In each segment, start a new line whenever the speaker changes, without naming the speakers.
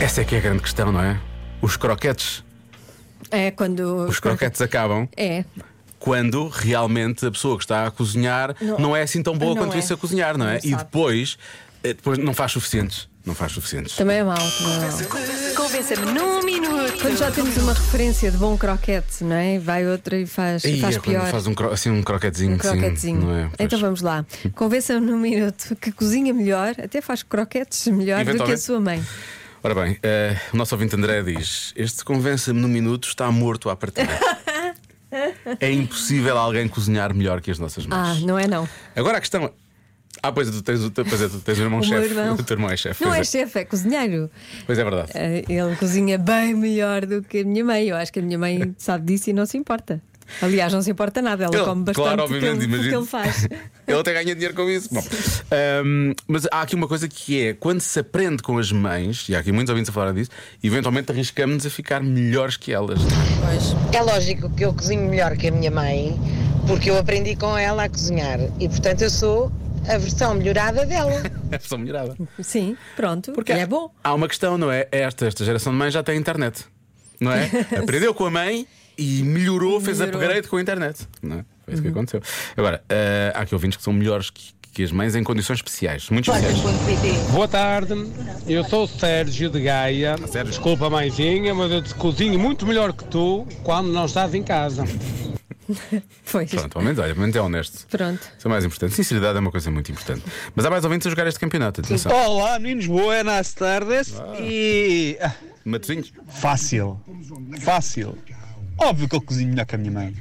Essa é que é a grande questão, não é? Os croquetes,
É quando.
os croquetes acabam
É.
quando realmente a pessoa que está a cozinhar não,
Não-
é assim tão boa
não
quanto
é.
isso a cozinhar, não é?
Não
e
sabe.
depois, eh, depois não faz suficientes. Não faz suficientes.
Também é mau. também é mau.
Convença-me num minuto.
Quando já temos uma referência de bom croquete, não é? Vai outra e faz,
Aí
faz
é quando
pior.
faz um, cro- assim, um croquetezinho.
Um
assim,
croquetezinho.
não é? Pois.
então vamos lá. Convença-me num minuto que cozinha melhor, até faz croquetes melhor do que a
Eventualmente.
sua mãe.
Ora bem, eh, o nosso ouvinte André diz: Este convença-me no minuto está morto à partida. é impossível alguém cozinhar melhor que as nossas
Ah,
mães.
não é não.
Agora a questão. Ah, pois é, tu tens, o teu- pois é, tu tens um irmão
O meu
chefe.
irmão.
O teu irmão é chefe.
Não é
pois, é.
chefe, é cozinheiro.
pois é verdade.
Eh, Ele cozinha bem melhor do que a minha mãe. Eu acho que a minha mãe sabe disso e não se importa. Aliás, não se importa nada, ela
Ele,
come bastante
claro,
do que
obviamente,
ele- do que,
imagino.
ele faz.
Ele até ganha dinheiro com isso. Bom, ahm, mas há aqui uma coisa que é: quando se aprende com as mães, e há aqui muitos ouvintes a falar disso, eventualmente arriscamos a ficar melhores que elas.
É lógico que eu cozinho melhor que a minha mãe, porque eu aprendi com ela a cozinhar e, portanto, eu sou a versão melhorada dela.
É a versão melhorada.
Sim, pronto.
Porque
é bom.
Há uma questão, não é? Esta, esta geração de mães já tem internet, não é? Aprendeu com a mãe e melhorou, fez
Melhorou. Uhum.
upgrade com a internet. Não é? Foi isso que aconteceu. Agora, ah, há aqui ouvintes que são melhores que, que as mães em condições especiais, muito especiais.
Boa tarde, eu sou o Sérgio de Gaia.
Sérgio.
Desculpa, mãezinha, mas eu te cozinho muito melhor que tu quando não estás em casa.
Foi.
Pronto, ao menos, olha, ao menos é honesto.
Pronto.
Isso é mais importante. Sinceridade é uma coisa muito importante. Mas há mais ouvintes a jogar este campeonato, atenção.
Olá, meninos, buenas tardes. E. ah,
Matosinhos.
Fácil. Fácil. Óbvio que eu cozinho melhor que a minha mãe.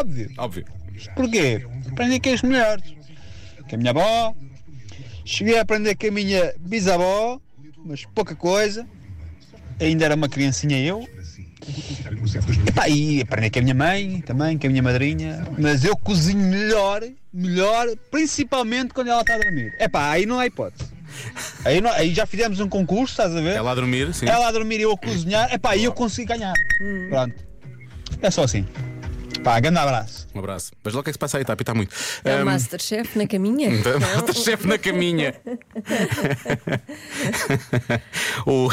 Óbvio.
Óbvio.
Porquê? Aprendi com as melhores. Com a minha avó. Cheguei a aprender com a minha bisavó, mas pouca coisa. Ainda era uma criancinha eu. Epá, e aprendi com a minha mãe também, com a minha madrinha. Mas eu cozinho melhor, melhor, principalmente quando ela está a dormir. Epá, aí não há hipótese. Aí, não- aí já fizemos um concurso, estás a ver?
Ela a dormir, sim.
Ela a dormir e eu a cozinhar. Epá, e eu consegui ganhar. Pronto. É só assim. Pá, grande abraço.
Um abraço. Mas logo o que é que se passa aí, está a apitar muito.
É o
Ahm,
Masterchef na caminha.
Então, Outra chefe na caminha. O-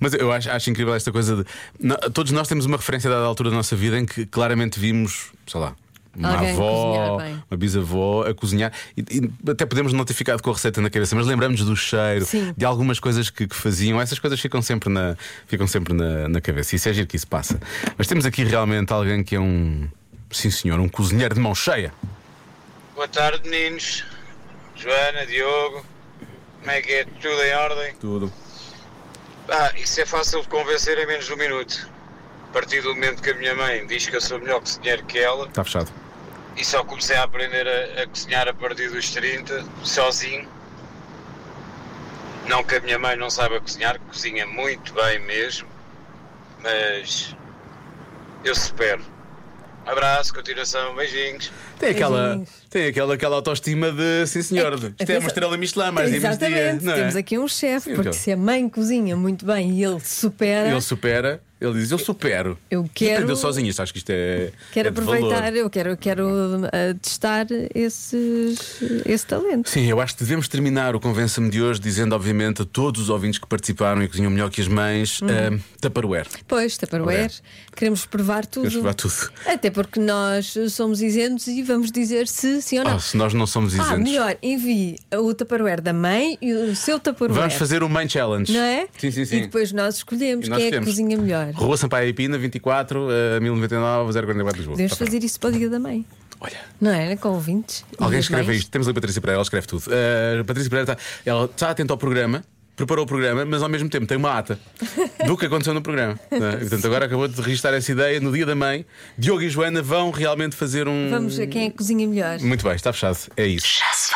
mas eu acho, acho incrível esta coisa de. no- todos nós temos uma referência a dada altura da nossa vida em que claramente vimos, sei lá. Uma
Alguém
avó,
cozinhar bem.
uma bisavó a cozinhar e, e até podemos não ter ficado com a receita na cabeça, mas lembramos do cheiro,
Sim.
de algumas coisas que, que faziam. Essas coisas ficam sempre, na, ficam sempre na, na cabeça. Isso é giro que isso passa. Mas temos aqui realmente alguém que é um, sim senhor, um cozinheiro de mão cheia.
Boa tarde, meninos. Joana, Diogo. Como é que é? Tudo em ordem?
Tudo.
Ah, isso é fácil de convencer em menos de um minuto. A partir do momento que a minha mãe diz que eu sou melhor cozinheiro que ela,
Está fechado.
e só comecei a aprender a, a cozinhar a partir dos 30, sozinho. Não que a minha mãe não saiba cozinhar, cozinha muito bem mesmo, mas eu supero. Abraço, continuação, beijinhos.
Tem aquela,
Beijinhos.
tem aquela, aquela autoestima de sim senhor, de, isto é uma
atenção-
estrela Michelin, mais dia menos dia.
Exatamente,
não é?
temos aqui um
Sim,
chefe, porque
claro.
se a mãe cozinha muito bem e ele supera,
Ele supera, ele diz, eu supero.
Eu
Isto
quero-
Aprendeu sozinho, isto acho que isto é.
quero
é de
aproveitar,
valor.
eu quero, eu quero ah, testar esses, esse talento.
Sim, eu acho que devemos terminar o Convença-me de hoje dizendo, obviamente, a todos os ouvintes que participaram e cozinham melhor que as mães, hum. Tupperware.
Pois, Tupperware, queremos provar tudo.
Queremos provar tudo.
Até porque nós somos isentos e vamos dizer se sim ou não.
Ah, se nós não somos
ah,
isentos.
melhor, envie o Tupperware da mãe e o seu Tupperware.
Vamos fazer o Mãe Challenge.
Não é?
Sim, sim, sim.
E depois nós escolhemos
E nós
quem é que
escolhemos.
cozinha melhor.
Rua Sampaio e Pina, 24, eh, 1099, 044 de Lisboa.
Podemos
Está feito.
fazer isso para o dia da mãe,
Olha.
não é? Com ouvintes. e
Alguém
as
escreve
mães.
isto. Temos ali a Patrícia Pereira, ela escreve tudo. Uh, Patrícia Pereira está, ela está atenta ao programa, preparou o programa, mas ao mesmo tempo tem uma ata do que aconteceu no programa. não é? E, Portanto, agora acabou de registrar essa ideia. No dia da mãe, Diogo e Joana vão realmente fazer um.
Vamos ver quem é que cozinha melhor.
Muito bem, está fechado. É isso.
Já se